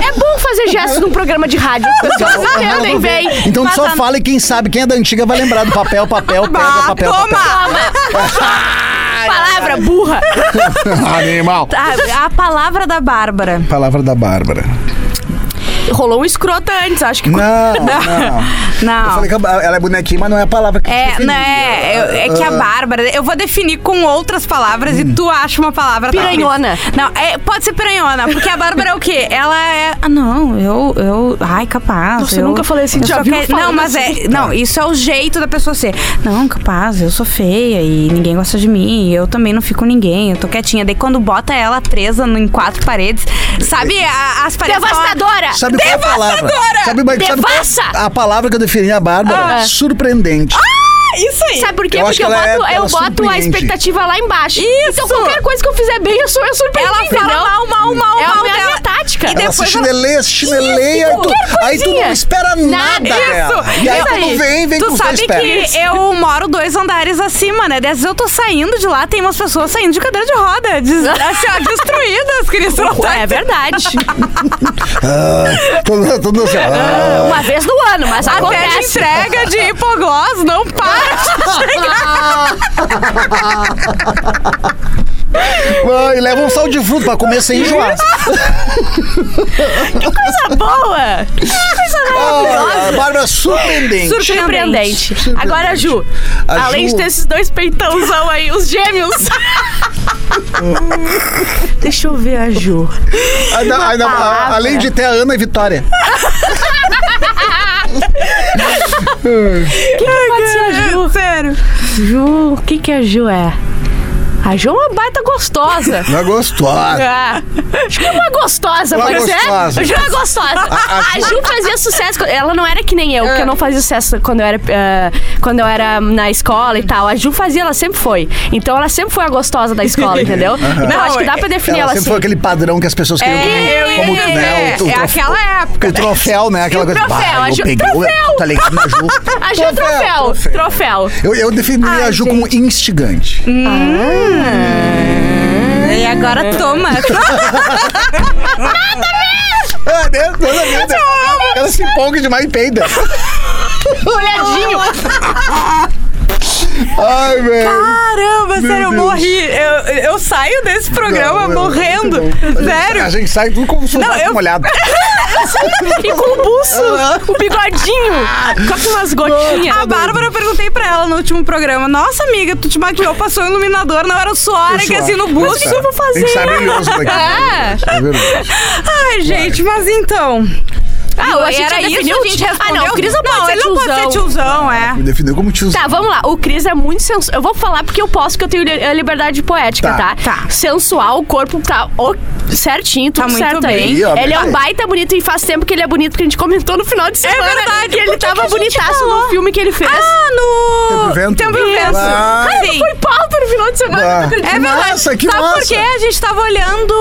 Speaker 5: É bom fazer gesto num programa de rádio. As pessoas entendem bem.
Speaker 1: Então tu só fala e quem sabe, quem é da antiga vai lembrar do papel, papel, pedra,
Speaker 4: Ah,
Speaker 1: papel, papel.
Speaker 4: toma!
Speaker 5: Palavra burra.
Speaker 1: Animal.
Speaker 4: A, a palavra da Bárbara.
Speaker 1: Palavra da Bárbara.
Speaker 5: Rolou um escroto antes, acho que.
Speaker 1: Não, não.
Speaker 4: Não.
Speaker 1: Eu falei que ela é bonequinha, mas não é a palavra que
Speaker 4: É,
Speaker 1: define.
Speaker 4: né? eu- É que a
Speaker 1: Ah.
Speaker 4: Bárbara. Eu vou definir com outras palavras e tu acha uma palavra. tá?
Speaker 5: Piranhona.
Speaker 4: Não, é- pode ser piranhona, porque a Bárbara é o quê? Ela é. Ah, não, eu. eu ai, capaz.
Speaker 5: Nossa, eu
Speaker 4: eu,
Speaker 5: nunca falei assim,
Speaker 4: eu
Speaker 5: já
Speaker 4: sou
Speaker 5: viu
Speaker 4: que-
Speaker 5: falando
Speaker 4: Não, mas é. Não, isso é o jeito da pessoa ser. Não, capaz, eu sou feia e ninguém gosta de mim. Eu também não fico com ninguém. Eu tô quietinha. Daí quando bota ela presa no- em quatro paredes, sabe? a- as paredes.
Speaker 5: Devastadora!
Speaker 1: Sabe qual é a palavra? Sabe, mas sabe qual é
Speaker 5: Devassa!
Speaker 1: a palavra que eu defini a Bárbara?
Speaker 5: Ah.
Speaker 1: Surpreendente.
Speaker 4: Isso aí.
Speaker 5: Sabe por quê?
Speaker 1: Eu acho
Speaker 5: Porque eu
Speaker 1: que
Speaker 5: boto,
Speaker 1: ela é-
Speaker 5: eu
Speaker 1: ela
Speaker 5: boto a
Speaker 1: surpreende.
Speaker 5: expectativa lá embaixo. Então qualquer coisa que eu fizer bem, eu sou eu
Speaker 4: Ela
Speaker 5: surpreendida.
Speaker 4: fala
Speaker 5: não?
Speaker 4: mal, mal, mal,
Speaker 5: é a
Speaker 4: mal
Speaker 5: minha,
Speaker 4: dela.
Speaker 5: minha tática.
Speaker 4: E
Speaker 1: Ela
Speaker 4: depois
Speaker 1: se
Speaker 4: ela-
Speaker 1: chineleia, se chineleia,
Speaker 5: Isso,
Speaker 1: aí tu,
Speaker 5: qualquer
Speaker 1: aí tu não
Speaker 5: coisinha.
Speaker 1: espera nada
Speaker 5: Nada.
Speaker 1: dela.
Speaker 4: Isso.
Speaker 1: E aí
Speaker 4: Isso
Speaker 1: quando
Speaker 5: aí.
Speaker 1: vem, vem com
Speaker 4: Tu
Speaker 1: os dois
Speaker 4: sabe
Speaker 1: pés.
Speaker 4: que eu moro dois andares acima, né? Às vezes eu tô saindo de lá, tem umas pessoas saindo de cadeira de roda, des- assim, ó, destruídas, Cris. tu não tá-
Speaker 5: É verdade.
Speaker 1: Ah, todo- todo assim, ah.
Speaker 5: Uma vez no ano, mas
Speaker 4: Até de
Speaker 5: acontece.
Speaker 4: entrega de hipoglós, não para.
Speaker 1: Ah, E leva um sal de fruto pra comer sem enjoar.
Speaker 5: Coisa boa!
Speaker 1: Ah, Bárbara, surpreendente.
Speaker 5: Surpreendente. Agora, Ju,
Speaker 1: A
Speaker 5: além
Speaker 1: Ju-
Speaker 5: de ter esses dois peitãozão aí, os gêmeos. Deixa eu ver a Ju.
Speaker 1: Ainda- ainda- a-
Speaker 5: palavra.
Speaker 1: além de ter a Ana e Vitória.
Speaker 5: Pode ser a Ju.
Speaker 4: Sério.
Speaker 5: Ju, o que que a Ju é? A Ju é uma baita gostosa.
Speaker 1: Não é gostosa.
Speaker 5: Ah, acho que é uma gostosa,
Speaker 1: Uma
Speaker 5: pode
Speaker 1: gostosa.
Speaker 5: ser? A Ju é uma gostosa.
Speaker 1: A-
Speaker 5: A,
Speaker 1: a
Speaker 5: Ju fazia sucesso. quando- Ela não era que nem eu, porque eu não fazia sucesso quando eu era, eh, quando eu era na escola e tal. A Ju fazia, ela sempre foi. Então ela sempre foi a gostosa da escola, entendeu? Então
Speaker 4: Não,
Speaker 5: acho que dá pra
Speaker 1: Ela,
Speaker 5: definir ela,
Speaker 1: sempre
Speaker 5: assim.
Speaker 1: foi aquele padrão que as pessoas queriam
Speaker 4: É,
Speaker 1: comer. Como,
Speaker 4: eu ia-
Speaker 1: né,
Speaker 4: é
Speaker 1: trof-
Speaker 4: aquela época,
Speaker 1: O troféu, né? Aquela
Speaker 5: E o
Speaker 1: coisa.
Speaker 5: troféu,
Speaker 1: bah,
Speaker 5: a
Speaker 1: eu
Speaker 5: Ju-
Speaker 1: peguei.
Speaker 5: troféu.
Speaker 1: Tá ligado na Ju?
Speaker 5: A Ju é troféu. Troféu.
Speaker 1: Eu, eu defini
Speaker 4: Ai,
Speaker 1: a Ju como instigante.
Speaker 4: E
Speaker 5: É.
Speaker 4: agora toma.
Speaker 1: Ah, né? Toda vida. Ela se empolga demais e peida.
Speaker 5: Olhadinho.
Speaker 1: Ai, velho.
Speaker 4: Caramba, sério, eu
Speaker 1: Deus.
Speaker 4: morri. Eu, eu saio desse programa
Speaker 1: Não, não,
Speaker 4: morrendo.
Speaker 1: muito bom. A
Speaker 4: Sério.
Speaker 1: gente sai tudo como se
Speaker 4: Não, eu-
Speaker 1: molhado.
Speaker 5: E com o buço, o bigodinho. Com umas gotinhas.
Speaker 1: Tá
Speaker 4: A Bárbara, eu perguntei pra ela no último programa. Nossa, amiga, tu te maquiou, passou o iluminador, não era o suor, é que assim no busto.
Speaker 1: eu vou fazer. Tem que saber isso daqui. É verdade.
Speaker 4: Ai, gente, mas então.
Speaker 5: Ah, a gente
Speaker 4: era
Speaker 5: já
Speaker 4: isso
Speaker 5: definiu
Speaker 4: a gente
Speaker 5: o tio-
Speaker 4: respondeu.
Speaker 5: Ah, não, o Cris não pode ser
Speaker 4: ele não pode ser
Speaker 5: tiozão.
Speaker 4: tiozão, é.
Speaker 1: Me definiu como tiozão.
Speaker 5: Tá, vamos lá. O Cris é muito sensual. Eu vou falar porque eu posso, que eu tenho li- eh, liberdade poética,
Speaker 1: Tá.
Speaker 5: tá?
Speaker 4: Tá.
Speaker 5: Sensual, o corpo tá o- certinho, tudo
Speaker 4: Tá muito
Speaker 5: certo aí.
Speaker 1: bem. Ih, ó,
Speaker 5: ele é um
Speaker 1: verdade.
Speaker 5: baita bonito e faz tempo que ele é bonito, porque a gente comentou no final de semana.
Speaker 4: É
Speaker 5: né?
Speaker 4: verdade,
Speaker 5: Que ele
Speaker 4: porque que
Speaker 5: tava
Speaker 4: a gente
Speaker 5: bonitaço
Speaker 4: falou?
Speaker 5: no filme que ele fez.
Speaker 4: Ah, no.
Speaker 1: É. Tempo e Vento.
Speaker 4: Tempo e vento.
Speaker 1: Ah.
Speaker 4: Sim.
Speaker 5: Foi pauta no final de
Speaker 1: Ah.
Speaker 5: semana.
Speaker 4: É
Speaker 1: Que
Speaker 4: verdade.
Speaker 1: massa, que
Speaker 4: Sabe
Speaker 1: massa.
Speaker 4: por quê? A gente tava olhando.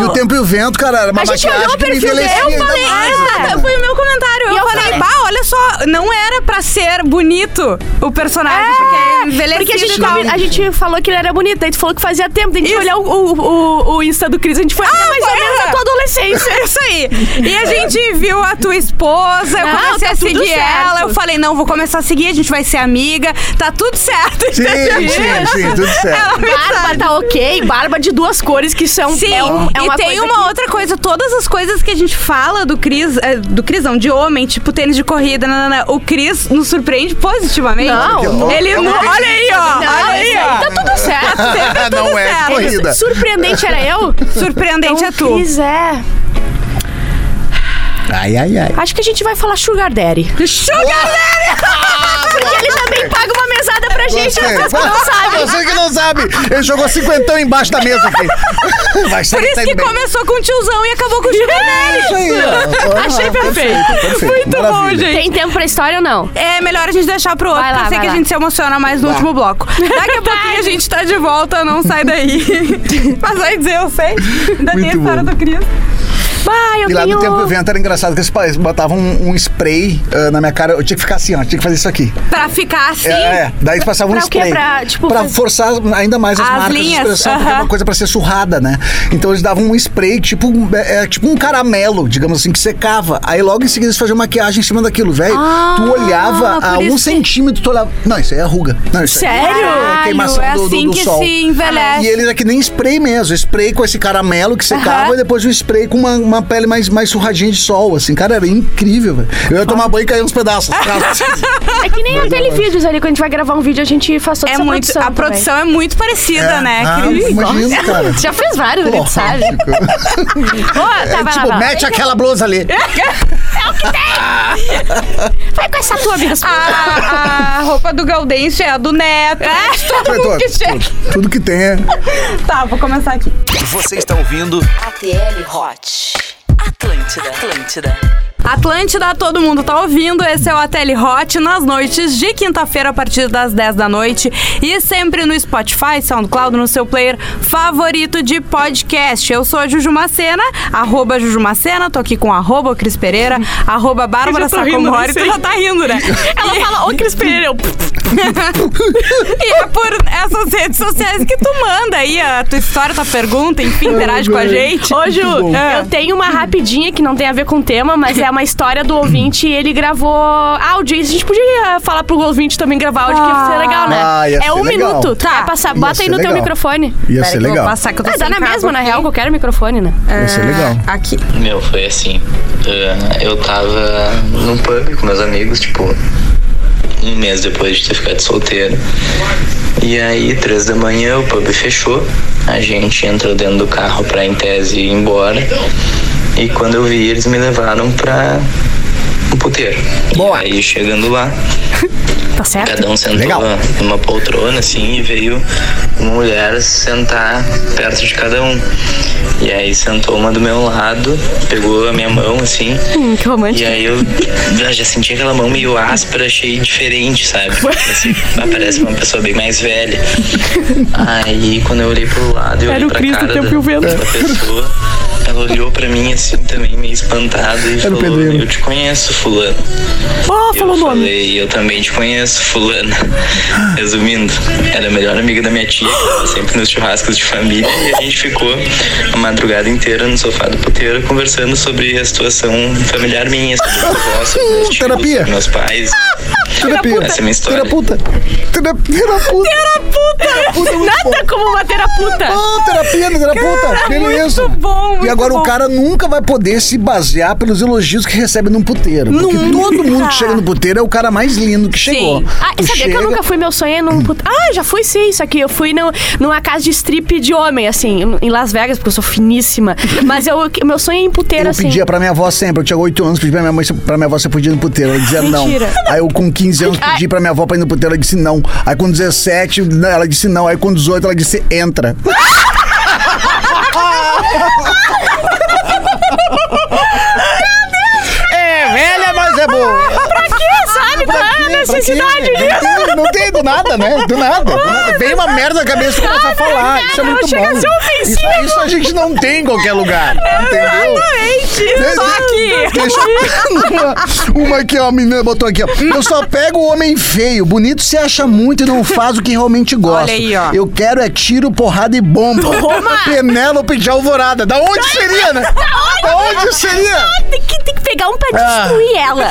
Speaker 1: E o tempo e o vento, cara, era uma
Speaker 5: A gente
Speaker 1: maquiagem
Speaker 5: olhou o
Speaker 1: que me
Speaker 5: perfil dele,
Speaker 1: envelhecia
Speaker 5: eu
Speaker 1: ainda
Speaker 5: falei,
Speaker 1: mais,
Speaker 5: "Ah,
Speaker 1: assim.
Speaker 4: Exato, é, foi o meu comentário. Eu,
Speaker 5: E eu
Speaker 4: falei,
Speaker 5: falei-
Speaker 4: bah, olha só, não era pra ser bonito o personagem, porque é envelhecido
Speaker 5: Porque a gente,
Speaker 4: e tal.
Speaker 5: combi- a gente falou que ele era bonito, aí tu falou que fazia tempo, daí a gente
Speaker 4: Isso.
Speaker 5: olhou o, o, o, o Insta do Cris, a gente foi ah, mais ou
Speaker 4: foi é.
Speaker 5: menos
Speaker 4: ela."
Speaker 5: a tua adolescência.
Speaker 4: É Isso aí. E a gente viu a tua esposa, eu
Speaker 5: Não,
Speaker 4: comecei
Speaker 5: tá
Speaker 4: a
Speaker 5: tudo
Speaker 4: seguir
Speaker 5: certo.
Speaker 4: ela. Eu falei, não, vou começar a seguir, a gente vai ser amiga, tá tudo certo.
Speaker 1: Sim,
Speaker 4: entendeu? É
Speaker 1: sim, sim, tudo certo.
Speaker 4: Ela me
Speaker 5: Barba tá ok, barba de duas cores, que isso é um.
Speaker 4: Sim,
Speaker 5: é um- é
Speaker 4: e tem
Speaker 5: coisa
Speaker 4: uma outra coisa, todas as coisas que a gente fala do Cris, eh, do Cris não, de homem, tipo tênis de corrida, nanana, o Cris nos surpreende positivamente.
Speaker 5: Não.
Speaker 4: Ele não, olha aí, ó,
Speaker 5: Não,
Speaker 4: olha aí,
Speaker 5: isso aí
Speaker 4: ó.
Speaker 5: tá tudo certo.
Speaker 1: Não é
Speaker 4: certo.
Speaker 1: corrida.
Speaker 5: Surpreendente era eu?
Speaker 4: Surpreendente
Speaker 5: Então,
Speaker 4: é tu.
Speaker 5: Cris, é.
Speaker 1: Ai, ai, ai.
Speaker 5: Acho que a gente vai falar Sugar Daddy.
Speaker 4: Sugar
Speaker 5: Porque ele também paga uma mesada pra gente,
Speaker 1: Gostei.
Speaker 5: vocês que não sabem.
Speaker 1: Você que não sabe. Ele jogou cinquentão embaixo da mesa aqui. Vai sair
Speaker 4: Por isso
Speaker 1: sair
Speaker 4: que
Speaker 1: Tá bem.
Speaker 4: começou com o tiozão e acabou com o Sugar Daddy.
Speaker 1: Isso aí, ó.
Speaker 5: Achei
Speaker 1: Ah,
Speaker 5: perfeito.
Speaker 1: perfeito.
Speaker 4: Muito bom,
Speaker 1: Maravilha.
Speaker 4: gente.
Speaker 5: Tem tempo pra história ou não?
Speaker 4: É melhor a gente deixar pro outro,
Speaker 5: Vai lá,
Speaker 4: porque eu sei que
Speaker 5: vai
Speaker 4: a
Speaker 5: lá.
Speaker 4: gente se emociona mais no último bloco. Daqui a pouquinho a gente tá de volta, não sai daí. Mas vai dizer, eu sei. Ainda tem a
Speaker 1: Muito
Speaker 4: história
Speaker 1: bom.
Speaker 4: do Cris.
Speaker 5: Bah, Ah, eu
Speaker 1: E lá
Speaker 5: tenho.
Speaker 1: no tempo do vento era engraçado que eles pa- botavam um, um spray ah, na minha cara. Eu tinha que ficar assim, ó. Tinha que fazer isso aqui.
Speaker 4: Pra ficar assim.
Speaker 1: É, é. Daí eles passavam um
Speaker 5: Pra o quê?
Speaker 1: spray.
Speaker 5: Pra, tipo,
Speaker 1: Pra
Speaker 5: faz-
Speaker 1: forçar ainda mais as,
Speaker 4: As
Speaker 1: marcas
Speaker 4: linhas,
Speaker 1: de expressão, porque é
Speaker 4: aham.
Speaker 1: uma coisa pra ser surrada, né? Então eles davam um spray, tipo, um- é, é tipo um caramelo, digamos assim, que secava. Aí logo em seguida eles faziam maquiagem em cima daquilo, velho. tu olhava a um centímetro, tu olhava. Não, isso aí é ruga. Não, isso aí
Speaker 5: Sério?
Speaker 1: É queimação
Speaker 4: é
Speaker 1: do- do,
Speaker 4: assim
Speaker 1: do
Speaker 4: que
Speaker 1: sol. Ah,
Speaker 4: se envelhece.
Speaker 1: é E ele era que nem spray mesmo, spray com esse caramelo que secava e depois o spray com uma, uma uma pele mais, mais surradinha de sol, assim. Cara, era incrível, velho. Eu ia tomar banho e cair uns pedaços.
Speaker 5: É que nem aquele vídeos ali, quando a gente vai gravar um vídeo, a gente faz toda
Speaker 4: É
Speaker 5: essa
Speaker 4: muito,
Speaker 5: produção
Speaker 4: a
Speaker 5: também.
Speaker 4: produção é muito parecida,
Speaker 1: É,
Speaker 4: né?
Speaker 1: ah,
Speaker 4: Cris?
Speaker 1: imagina, cara.
Speaker 5: Já fez vários, né, tu sabe? Ô, tá, vai lá,
Speaker 1: É tipo,
Speaker 5: vai lá.
Speaker 1: mete aquela blusa ali.
Speaker 5: Vai com essa tua mesmo.
Speaker 4: A, a roupa do Gaudêncio é a do Neto. É, todo
Speaker 1: Vai,
Speaker 4: mundo
Speaker 1: Eduardo,
Speaker 4: que chega.
Speaker 1: tudo, tudo que tem é.
Speaker 4: Tá, vou começar aqui.
Speaker 6: Você está ouvindo
Speaker 2: ATL Hot. Atlântida. Atlântida.
Speaker 4: Atlântida, todo mundo tá ouvindo. Esse é o Ateli Hot nas noites de quinta-feira a partir das 10 da noite e sempre no Spotify, SoundCloud, no seu player favorito de podcast. Eu sou a Juju Macena, arroba Juju Macena, tô aqui com arroba o Cris Pereira, arroba Bárbara
Speaker 5: Eu já tô rindo,
Speaker 4: Sacomori.
Speaker 5: não
Speaker 4: Tu
Speaker 5: sei.
Speaker 4: já tá rindo, né?
Speaker 5: Ela fala, ô Cris Pereira, eu...
Speaker 4: E é por essas redes sociais que tu manda aí a tua história, tua pergunta, enfim, interage com a gente.
Speaker 5: Ô, Ju,
Speaker 1: Tipo,
Speaker 5: é.
Speaker 1: bom. É.
Speaker 5: eu tenho uma rapidinha que não tem a ver com o tema, mas é uma história do ouvinte e ele gravou áudio. E a gente podia eh, falar pro ouvinte também gravar áudio, que ia ser legal, né?
Speaker 1: Ah, ia
Speaker 5: é
Speaker 1: ser
Speaker 5: um
Speaker 1: legal.
Speaker 5: minuto. Tu
Speaker 4: Tá.
Speaker 5: quer passar?
Speaker 1: Ia
Speaker 5: Bota aí
Speaker 1: ser
Speaker 5: no teu
Speaker 1: legal.
Speaker 5: microfone.
Speaker 1: Ia
Speaker 4: Pera
Speaker 1: ser
Speaker 4: que eu vou
Speaker 1: legal.
Speaker 4: passar que eu tô
Speaker 5: Ah, dá
Speaker 4: sem
Speaker 5: na
Speaker 4: cabo
Speaker 5: mesma, na
Speaker 4: aqui.
Speaker 5: real, qualquer microfone, né?
Speaker 1: Ia ser legal.
Speaker 4: Ah, Aqui.
Speaker 7: Meu, foi assim. ah, Eu tava num pub com meus amigos, tipo, um mês depois de ter ficado solteiro. E aí, três da manhã, o pub fechou. A gente entrou dentro do carro pra, em tese, ir embora. E quando eu vi, eles me levaram pra um puteiro.
Speaker 1: Boa.
Speaker 7: E aí, chegando lá,
Speaker 5: Tá certo?
Speaker 7: Cada um sentou
Speaker 1: Legal.
Speaker 7: numa poltrona, assim, e veio uma mulher sentar perto de cada um. E aí sentou uma do meu lado, pegou a minha mão, assim.
Speaker 5: Hum, que
Speaker 7: E
Speaker 5: romântico.
Speaker 7: aí eu eu já senti aquela mão meio áspera, achei diferente, sabe? Assim, ah, parece uma pessoa bem mais velha. Aí quando eu olhei pro lado, eu
Speaker 5: Era
Speaker 7: olhei
Speaker 5: o
Speaker 7: pra
Speaker 5: Cristo,
Speaker 7: cara
Speaker 5: tempo
Speaker 7: da,
Speaker 5: e o vento.
Speaker 7: da pessoa. Ela olhou pra mim assim também, meio espantada, e
Speaker 1: o
Speaker 7: falou,
Speaker 1: pedreiro.
Speaker 7: eu te conheço, fulano.
Speaker 5: Ó,
Speaker 7: Eu
Speaker 5: falou o nome.
Speaker 7: Falei, eu também te conheço, fulana. Resumindo, ela é a melhor amiga da minha tia, que tava sempre nos churrascos de família, e a gente ficou a madrugada inteira no sofá do puteiro conversando sobre a situação familiar minha, sobre o que eu gosto, sobre meus tios,
Speaker 1: Terapia.
Speaker 7: sobre meus pais.
Speaker 1: Terapia.
Speaker 7: Essa é minha história.
Speaker 1: Teraputa. Teraputa. Teraputa. é muito
Speaker 5: Nada como uma teraputa.
Speaker 1: bom. Ah, terapia na teraputa. Beleza.
Speaker 4: Muito bom, muito
Speaker 1: E agora
Speaker 4: bom.
Speaker 1: o cara nunca vai poder se basear pelos elogios que recebe num puteiro. Porque todo mundo que chega no puteiro é o cara mais lindo que chegou.
Speaker 5: Ah,
Speaker 1: Tu
Speaker 5: sabia que eu
Speaker 1: chega-
Speaker 5: nunca fui meu sonho é num puta... Ah, já fui sim, isso aqui. Eu fui no, numa casa de strip de homem, assim, em Las Vegas, porque eu sou finíssima. Mas eu, meu sonho é em puteiro,
Speaker 1: Eu
Speaker 5: assim.
Speaker 1: pedia pra minha avó sempre, eu tinha 8 anos, pedi pra minha mãe se- pra minha avó se eu podia ir no puteiro. Ela dizia
Speaker 5: Mentira.
Speaker 1: não. Aí eu com 15 anos pedi pra minha avó pra ir no puteiro, ela disse não. Aí com 17, né, ela disse não. Aí com 18, ela disse entra. É velha, mas é boa.
Speaker 5: Que, sabe? Qual é a necessidade
Speaker 1: Pra quê? né?
Speaker 5: disso?
Speaker 1: Não tem, não tem do nada, né? Do nada. do nada. Vem uma merda na cabeça e começa a falar. Isso é
Speaker 5: não,
Speaker 1: muito
Speaker 5: chega
Speaker 1: bom.
Speaker 5: a ser ofensivo.
Speaker 1: Isso, isso a gente não tem em qualquer lugar. Entendeu?
Speaker 4: Exatamente.
Speaker 1: Deixa-
Speaker 4: Só aqui.
Speaker 1: Deixa uma, uma aqui, ó. A menina botou aqui, ó. Eu só pego o homem feio. Bonito se acha muito e não faz o que realmente gosta.
Speaker 4: Olha aí, ó.
Speaker 1: Eu quero é tiro, porrada e bomba. Penélope de Alvorada. Da onde seria, né? Da onde seria?
Speaker 5: Tem que, tem que pegar um pra
Speaker 1: Ah.
Speaker 5: destruir ela.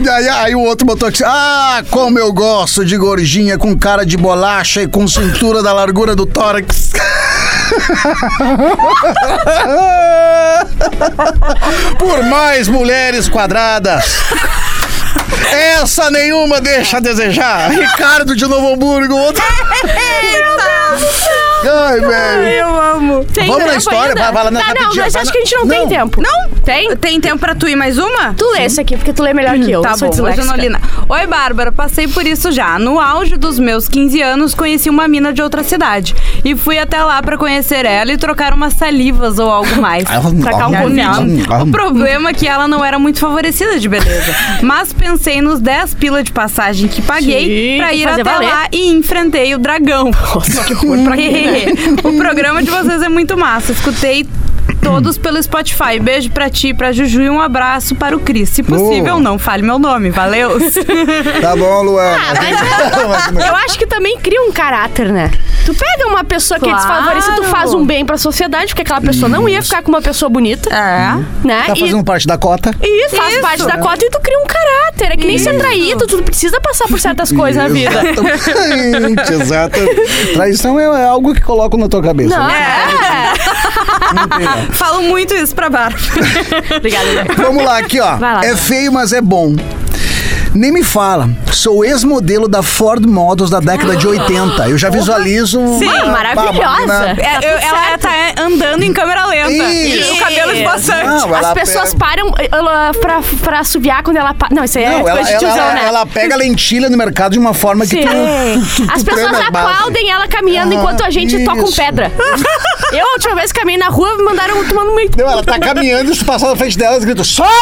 Speaker 1: E Aí, aí o outro botou aqui. Ah, como eu gosto de gordinha com cara de bolacha e com cintura da largura do tórax. Por mais mulheres quadradas. Essa nenhuma deixa a desejar. Ricardo de Novo Hamburgo, outro. Ai, velho.
Speaker 4: Eu amo.
Speaker 5: Tem
Speaker 1: Vamos na
Speaker 5: tempo
Speaker 1: história,
Speaker 5: ainda?
Speaker 1: vai, vai lá na
Speaker 5: Tá, não,
Speaker 1: rapidinha,
Speaker 5: mas
Speaker 1: vai
Speaker 5: acho
Speaker 1: na-
Speaker 5: que a gente não,
Speaker 1: Não.
Speaker 5: tem tempo.
Speaker 4: Não?
Speaker 5: Tem?
Speaker 4: Tem tempo pra tu ir mais uma?
Speaker 5: Tu lê isso aqui, porque tu lê melhor
Speaker 1: Hum,
Speaker 5: que eu.
Speaker 4: Tá
Speaker 5: eu sou
Speaker 4: bom, hoje eu não
Speaker 5: disléxica.
Speaker 4: li nada. Oi, Bárbara, passei por isso já. No auge dos meus 15 anos, conheci uma mina de outra cidade. E fui até lá pra conhecer ela e trocar umas salivas ou algo mais.
Speaker 5: Sacar um
Speaker 4: O problema é que ela não era muito favorecida de beleza. Mas pensei nos 10 pila de passagem que paguei
Speaker 5: Sim,
Speaker 4: pra ir
Speaker 5: fazer
Speaker 4: até
Speaker 5: valer.
Speaker 4: lá e enfrentei o dragão. Nossa, que horror pra quê? O programa de vocês é muito massa. Escutei todos pelo Spotify. Beijo pra ti, pra Juju e um abraço para o Cris. Se possível,
Speaker 1: Boa.
Speaker 4: não fale meu nome. Valeu.
Speaker 1: Tá bom, Luan.
Speaker 5: Eu acho que também cria um caráter, né? Tu pega uma pessoa que é
Speaker 4: Claro.
Speaker 5: desfavorecida, tu faz um bem pra sociedade, porque aquela pessoa não ia ficar com uma pessoa bonita,
Speaker 4: É.
Speaker 5: né?
Speaker 1: Tá
Speaker 5: E-
Speaker 1: fazendo né? parte da cota?
Speaker 5: E faz
Speaker 4: Isso.
Speaker 5: parte da cota e tu cria um caráter. É que nem ser traído, tu precisa passar por certas coisas na vida. Ah,
Speaker 1: Exatamente, exato. Traição é, é algo que colocam na tua cabeça.
Speaker 5: Não,
Speaker 1: né?
Speaker 5: é.
Speaker 4: Falo muito isso pra Bárbara.
Speaker 5: Obrigada, Lê.
Speaker 1: Vamos lá, aqui, ó.
Speaker 5: Vai lá,
Speaker 1: é
Speaker 5: vai.
Speaker 1: feio, mas é bom. Nem me fala, sou ex-modelo da Ford Models da década de 80. Eu já visualizo.
Speaker 5: Sim,
Speaker 1: uma- uma
Speaker 5: maravilhosa.
Speaker 1: mina-
Speaker 4: É,
Speaker 5: Tá
Speaker 4: eu-
Speaker 5: tudo
Speaker 4: ela
Speaker 5: certo.
Speaker 4: tá andando em câmera lenta.
Speaker 1: Isso.
Speaker 4: E o cabelo esboçante.
Speaker 1: Não, ela
Speaker 5: As pessoas
Speaker 1: pega-
Speaker 5: param ela, pra, pra assoviar quando ela. Pa... Não, isso aí é
Speaker 1: Não,
Speaker 5: coisa
Speaker 1: ela,
Speaker 5: de tiozão,
Speaker 1: ela-
Speaker 5: né?
Speaker 1: ela pega lentilha no mercado de uma forma que
Speaker 5: Sim.
Speaker 1: tu, tu, tu,
Speaker 5: As
Speaker 1: tu
Speaker 5: pessoas
Speaker 1: treme as bases.
Speaker 5: aplaudem ela caminhando
Speaker 1: Ah,
Speaker 5: enquanto a gente toca um
Speaker 1: isso.
Speaker 5: pedra. Eu, a última vez que caminhei na rua, me mandaram tomar no meio.
Speaker 1: Não, ela tá caminhando e se passar na frente dela, elas gritam, sai!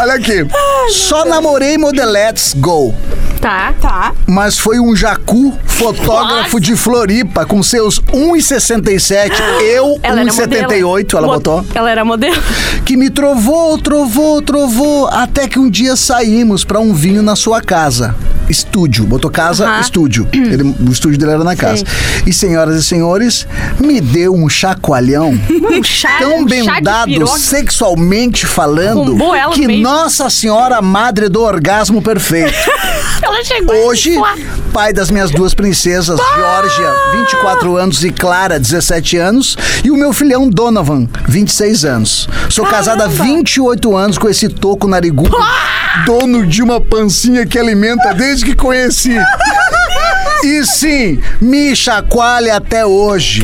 Speaker 1: Olha aqui. Só namorei modeletes, go.
Speaker 5: Tá.
Speaker 4: Tá.
Speaker 1: Mas foi um jacu fotógrafo de Floripa com seus 1,67, eu
Speaker 5: Ela era modelo.
Speaker 1: 1,78, ela
Speaker 5: Mo-
Speaker 1: botou,
Speaker 5: Ela era modelo.
Speaker 1: que me trovou, trovou, trovou, até que um dia saímos pra um vinho na sua casa. Estúdio, botou casa, estúdio. Ele- o estúdio dele era na casa. E senhoras e senhores, me deu um chacoalhão
Speaker 5: Um chá,
Speaker 1: tão
Speaker 5: um chá de
Speaker 1: bendado
Speaker 5: piroca.
Speaker 1: sexualmente falando
Speaker 5: Arrombou ela no
Speaker 1: que
Speaker 5: meio.
Speaker 1: Nossa Senhora Madre do Orgasmo Perfeito.
Speaker 5: Ela chegou. "Ah,
Speaker 1: Hoje,
Speaker 5: Uá.
Speaker 1: pai das minhas duas princesas, Georgia, 24 anos, e Clara, 17 anos, e o meu filhão Donovan, 26 anos. Sou casada há 28 anos com esse toco narigudo, dono de uma pancinha que alimenta desde que conheci. E sim, me chacoalha até hoje.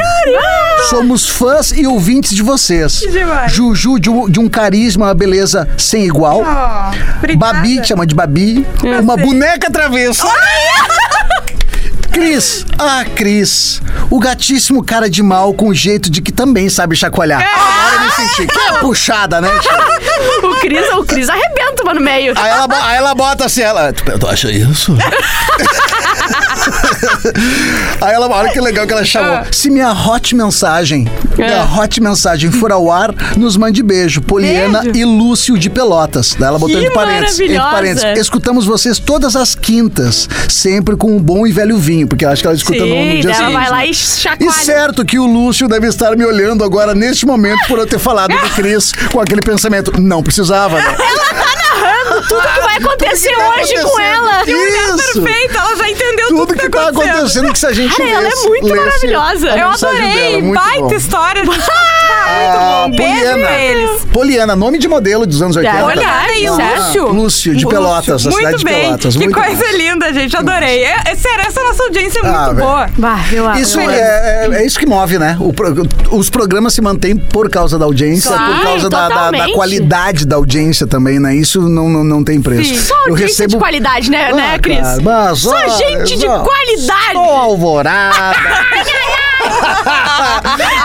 Speaker 1: Somos fãs e ouvintes de vocês.
Speaker 4: demais.
Speaker 1: Juju de um, de um carisma, uma beleza sem igual. Babi, chama de Babi. Uma boneca travessa. Cris, ah, Cris, o gatíssimo cara de mal com o jeito de que também sabe chacoalhar. Agora eu me senti. Que é puxada, né? tia?
Speaker 5: O Cris, o Cris arrebenta, mano, no meio.
Speaker 1: Aí ela, bo- aí ela bota assim, ela. Tu, tu acha isso? aí ela, olha que legal que ela
Speaker 5: Ah.
Speaker 1: chamou. Se minha hot mensagem, minha hot mensagem for ao ar, nos mande beijo. Poliana e Lúcio de Pelotas. Daí ela botou
Speaker 5: Que
Speaker 1: entre parênteses, entre
Speaker 5: maravilhosa.
Speaker 1: parênteses. Escutamos vocês todas as quintas, sempre com um bom e velho vinho, porque eu acho que ela escuta no, no
Speaker 5: Sim,
Speaker 1: dia
Speaker 5: daí ela
Speaker 1: seguinte.
Speaker 5: vai lá
Speaker 1: né?
Speaker 5: e
Speaker 1: E
Speaker 5: chacoalha.
Speaker 1: certo que o Lúcio deve estar me olhando agora neste momento por eu ter falado do Cris com aquele pensamento. Não precisava, né?
Speaker 5: Tudo que vai acontecer
Speaker 1: tá
Speaker 5: hoje com
Speaker 1: acontecendo?
Speaker 5: ela.
Speaker 1: Isso!
Speaker 4: um Perfeito, ela já entendeu tudo,
Speaker 1: Tudo que tá acontecendo que se a gente
Speaker 5: Cara, ela é
Speaker 1: lesse-
Speaker 5: muito
Speaker 1: lesse
Speaker 5: maravilhosa.
Speaker 1: a
Speaker 5: Eu
Speaker 1: mensagem dela,
Speaker 4: Adorei,
Speaker 1: muito
Speaker 4: baita
Speaker 1: bom.
Speaker 4: história. Muito
Speaker 1: Ah,
Speaker 4: bom. Beijo
Speaker 1: Poliana.
Speaker 4: pra eles.
Speaker 1: Poliana, nome de modelo dos anos 80.
Speaker 4: Olha aí, o
Speaker 1: Ah,
Speaker 4: Lúcio.
Speaker 1: É Lúcio, de Pelotas, da
Speaker 4: muito
Speaker 1: cidade de
Speaker 4: bem.
Speaker 1: Pelotas.
Speaker 4: Que
Speaker 1: muito
Speaker 4: coisa
Speaker 1: bom.
Speaker 4: linda, gente. Adorei. É, é sério, essa nossa audiência é
Speaker 1: Ah,
Speaker 4: muito
Speaker 1: velho.
Speaker 4: boa.
Speaker 5: Bah, eu amo.
Speaker 1: Isso
Speaker 5: eu
Speaker 1: é,
Speaker 5: amo.
Speaker 1: é- é isso que move, né? O pro- os programas se mantêm por causa da audiência,
Speaker 5: Claro,
Speaker 1: por causa da, da- da
Speaker 5: totalmente.
Speaker 1: qualidade da audiência também, né? Isso não, não, não tem preço.
Speaker 5: Só audiência de qualidade, né, né
Speaker 1: Ah,
Speaker 5: Cris?
Speaker 1: cara, mas
Speaker 5: Só
Speaker 1: olha,
Speaker 5: gente de
Speaker 1: só-
Speaker 5: qualidade.
Speaker 1: Só alvorada.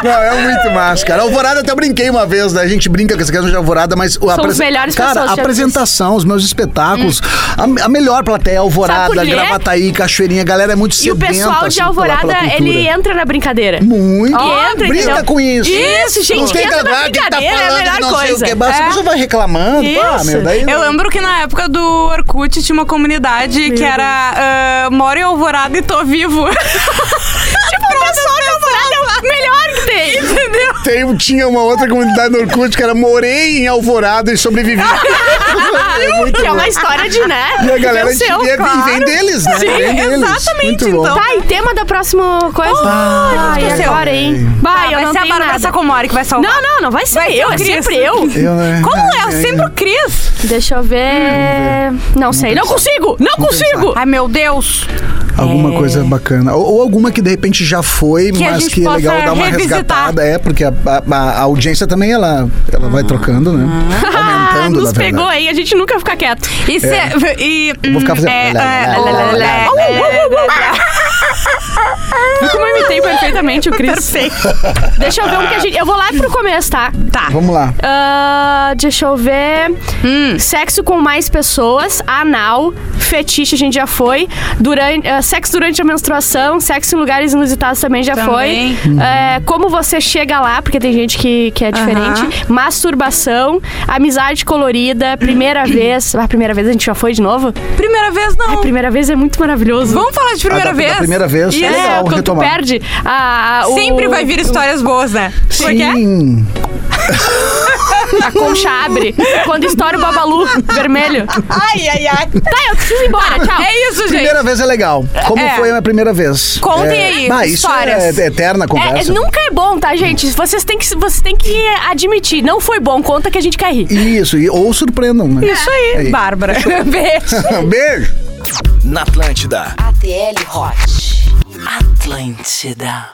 Speaker 1: Não, é muito massa, cara. Alvorada até eu brinquei uma vez, né? A gente brinca com essa questão de alvorada, mas... São
Speaker 5: os melhores
Speaker 1: Cara,
Speaker 5: pessoas,
Speaker 1: a
Speaker 5: já
Speaker 1: apresentação, os meus espetáculos, a, a melhor plateia é
Speaker 5: Sabe
Speaker 1: alvorada,
Speaker 5: por quê?
Speaker 1: Gravataí, Cachoeirinha, a galera é muito
Speaker 5: E o
Speaker 1: sedenta,
Speaker 5: pessoal de
Speaker 1: assim, pela- pela
Speaker 5: Alvorada,
Speaker 1: cultura.
Speaker 5: ele entra na brincadeira.
Speaker 1: Muito. Ah,
Speaker 5: Ó, entra,
Speaker 1: Brinca
Speaker 5: entendeu?
Speaker 1: com isso.
Speaker 5: Isso, gente,
Speaker 1: Não tem
Speaker 5: entra na
Speaker 1: ah, quem tá
Speaker 5: brincadeira, é a
Speaker 1: falando que
Speaker 5: melhor
Speaker 1: não sei o
Speaker 5: coisa.
Speaker 1: quê, mas a
Speaker 5: É.
Speaker 1: pessoa vai reclamando. Ah,
Speaker 5: Isso.
Speaker 1: meu, daí...
Speaker 4: Eu lembro que na época do Orkut tinha uma comunidade que era ah, Moro em Alvorada e Tô Vivo. tipo, o pessoal de Alvorada é o melhor que tem. Entendeu?
Speaker 1: Tem- tinha uma outra comunidade no Orkut que era morei em Alvorada e sobrevivi.
Speaker 4: Ah,
Speaker 1: é muito
Speaker 5: Que é
Speaker 1: bom.
Speaker 5: uma história de, né?
Speaker 1: E a galera
Speaker 5: Viveu seu,
Speaker 1: vem,
Speaker 5: claro.
Speaker 1: vem deles, né?
Speaker 4: Sim,
Speaker 1: vem deles.
Speaker 4: exatamente,
Speaker 1: Muito bom.
Speaker 4: então.
Speaker 5: Tá, e tema da próxima coisa? Ah, e
Speaker 4: esqueceu.
Speaker 5: agora, hein? Bah,
Speaker 4: Ah,
Speaker 5: eu
Speaker 4: vai
Speaker 5: não
Speaker 4: ser a
Speaker 5: tenho
Speaker 4: Bárbara
Speaker 5: nada.
Speaker 4: Sacomori que vai salvar.
Speaker 5: Não, não, não vai ser
Speaker 4: Vai ser
Speaker 5: eu,
Speaker 4: o
Speaker 5: é
Speaker 4: Cris.
Speaker 5: sempre eu.
Speaker 1: Eu, né?
Speaker 4: Como é?
Speaker 1: Ai,
Speaker 4: Sempre o Cris.
Speaker 5: Deixa eu ver. Não sei, não consigo, não consigo.
Speaker 4: Ai, meu Deus.
Speaker 1: Alguma coisa bacana. Ou, ou alguma que de repente já foi,
Speaker 4: Que a
Speaker 1: mas
Speaker 4: gente
Speaker 1: que é
Speaker 4: possa
Speaker 1: legal dar uma
Speaker 4: revisitar.
Speaker 1: resgatada. É, porque a, a- a audiência também ela, ela vai trocando, né?
Speaker 5: Ah,
Speaker 1: Aumentando, na
Speaker 5: nos
Speaker 1: verdade.
Speaker 5: pegou, hein? A gente nunca fica quieto.
Speaker 4: E se. E,
Speaker 1: É. vou ficar
Speaker 4: hum,
Speaker 1: fazendo-
Speaker 4: é,
Speaker 1: lá, lá, lá, lá,
Speaker 4: é,
Speaker 1: lá,
Speaker 4: é,
Speaker 5: Eu como eu imitei perfeitamente o Cris. Perfeito. Deixa eu ver um que a gente. Eu vou lá pro começo, tá? Tá.
Speaker 1: Vamos lá.
Speaker 5: Ah, deixa eu ver. Sexo com mais pessoas, anal, fetiche a gente já foi. Durante, ah, sexo durante a menstruação, sexo em lugares inusitados também já
Speaker 4: Também.
Speaker 5: foi. É, como você chega lá, porque tem gente que, que é diferente. Masturbação, amizade colorida, primeira vez. A primeira vez a gente já foi de novo?
Speaker 4: Primeira vez não.
Speaker 5: A primeira vez é muito maravilhoso.
Speaker 4: Vamos falar de
Speaker 1: Ah,
Speaker 4: primeira
Speaker 1: da- da
Speaker 4: vez?
Speaker 1: primeira vez.
Speaker 4: Isso.
Speaker 1: É legal.
Speaker 5: quando
Speaker 1: retomar.
Speaker 5: tu perde, a- a- o-
Speaker 4: Sempre vai vir histórias boas, né? Como é que é?
Speaker 1: Sim.
Speaker 5: A concha abre. Quando estoura o babalu vermelho.
Speaker 4: Ai, ai, ai.
Speaker 5: Tá, eu preciso ir embora. Tchau.
Speaker 4: É isso, gente.
Speaker 1: Primeira vez é legal. Como
Speaker 4: É.
Speaker 1: foi a primeira vez?
Speaker 4: Contem
Speaker 1: É,
Speaker 4: aí,
Speaker 1: Bah, isso é
Speaker 4: histórias.
Speaker 1: eterna
Speaker 5: É,
Speaker 1: conversa.
Speaker 5: é, nunca é bom, tá, gente? Vocês têm, que, vocês têm que admitir. Não foi bom, conta que a gente quer rir.
Speaker 1: Isso, e, ou surpreendam, né?
Speaker 4: Isso aí,
Speaker 1: Aí.
Speaker 4: Bárbara. Beijo.
Speaker 1: Beijo.
Speaker 6: Na Atlântida.
Speaker 2: ATL Hot. Atlântida.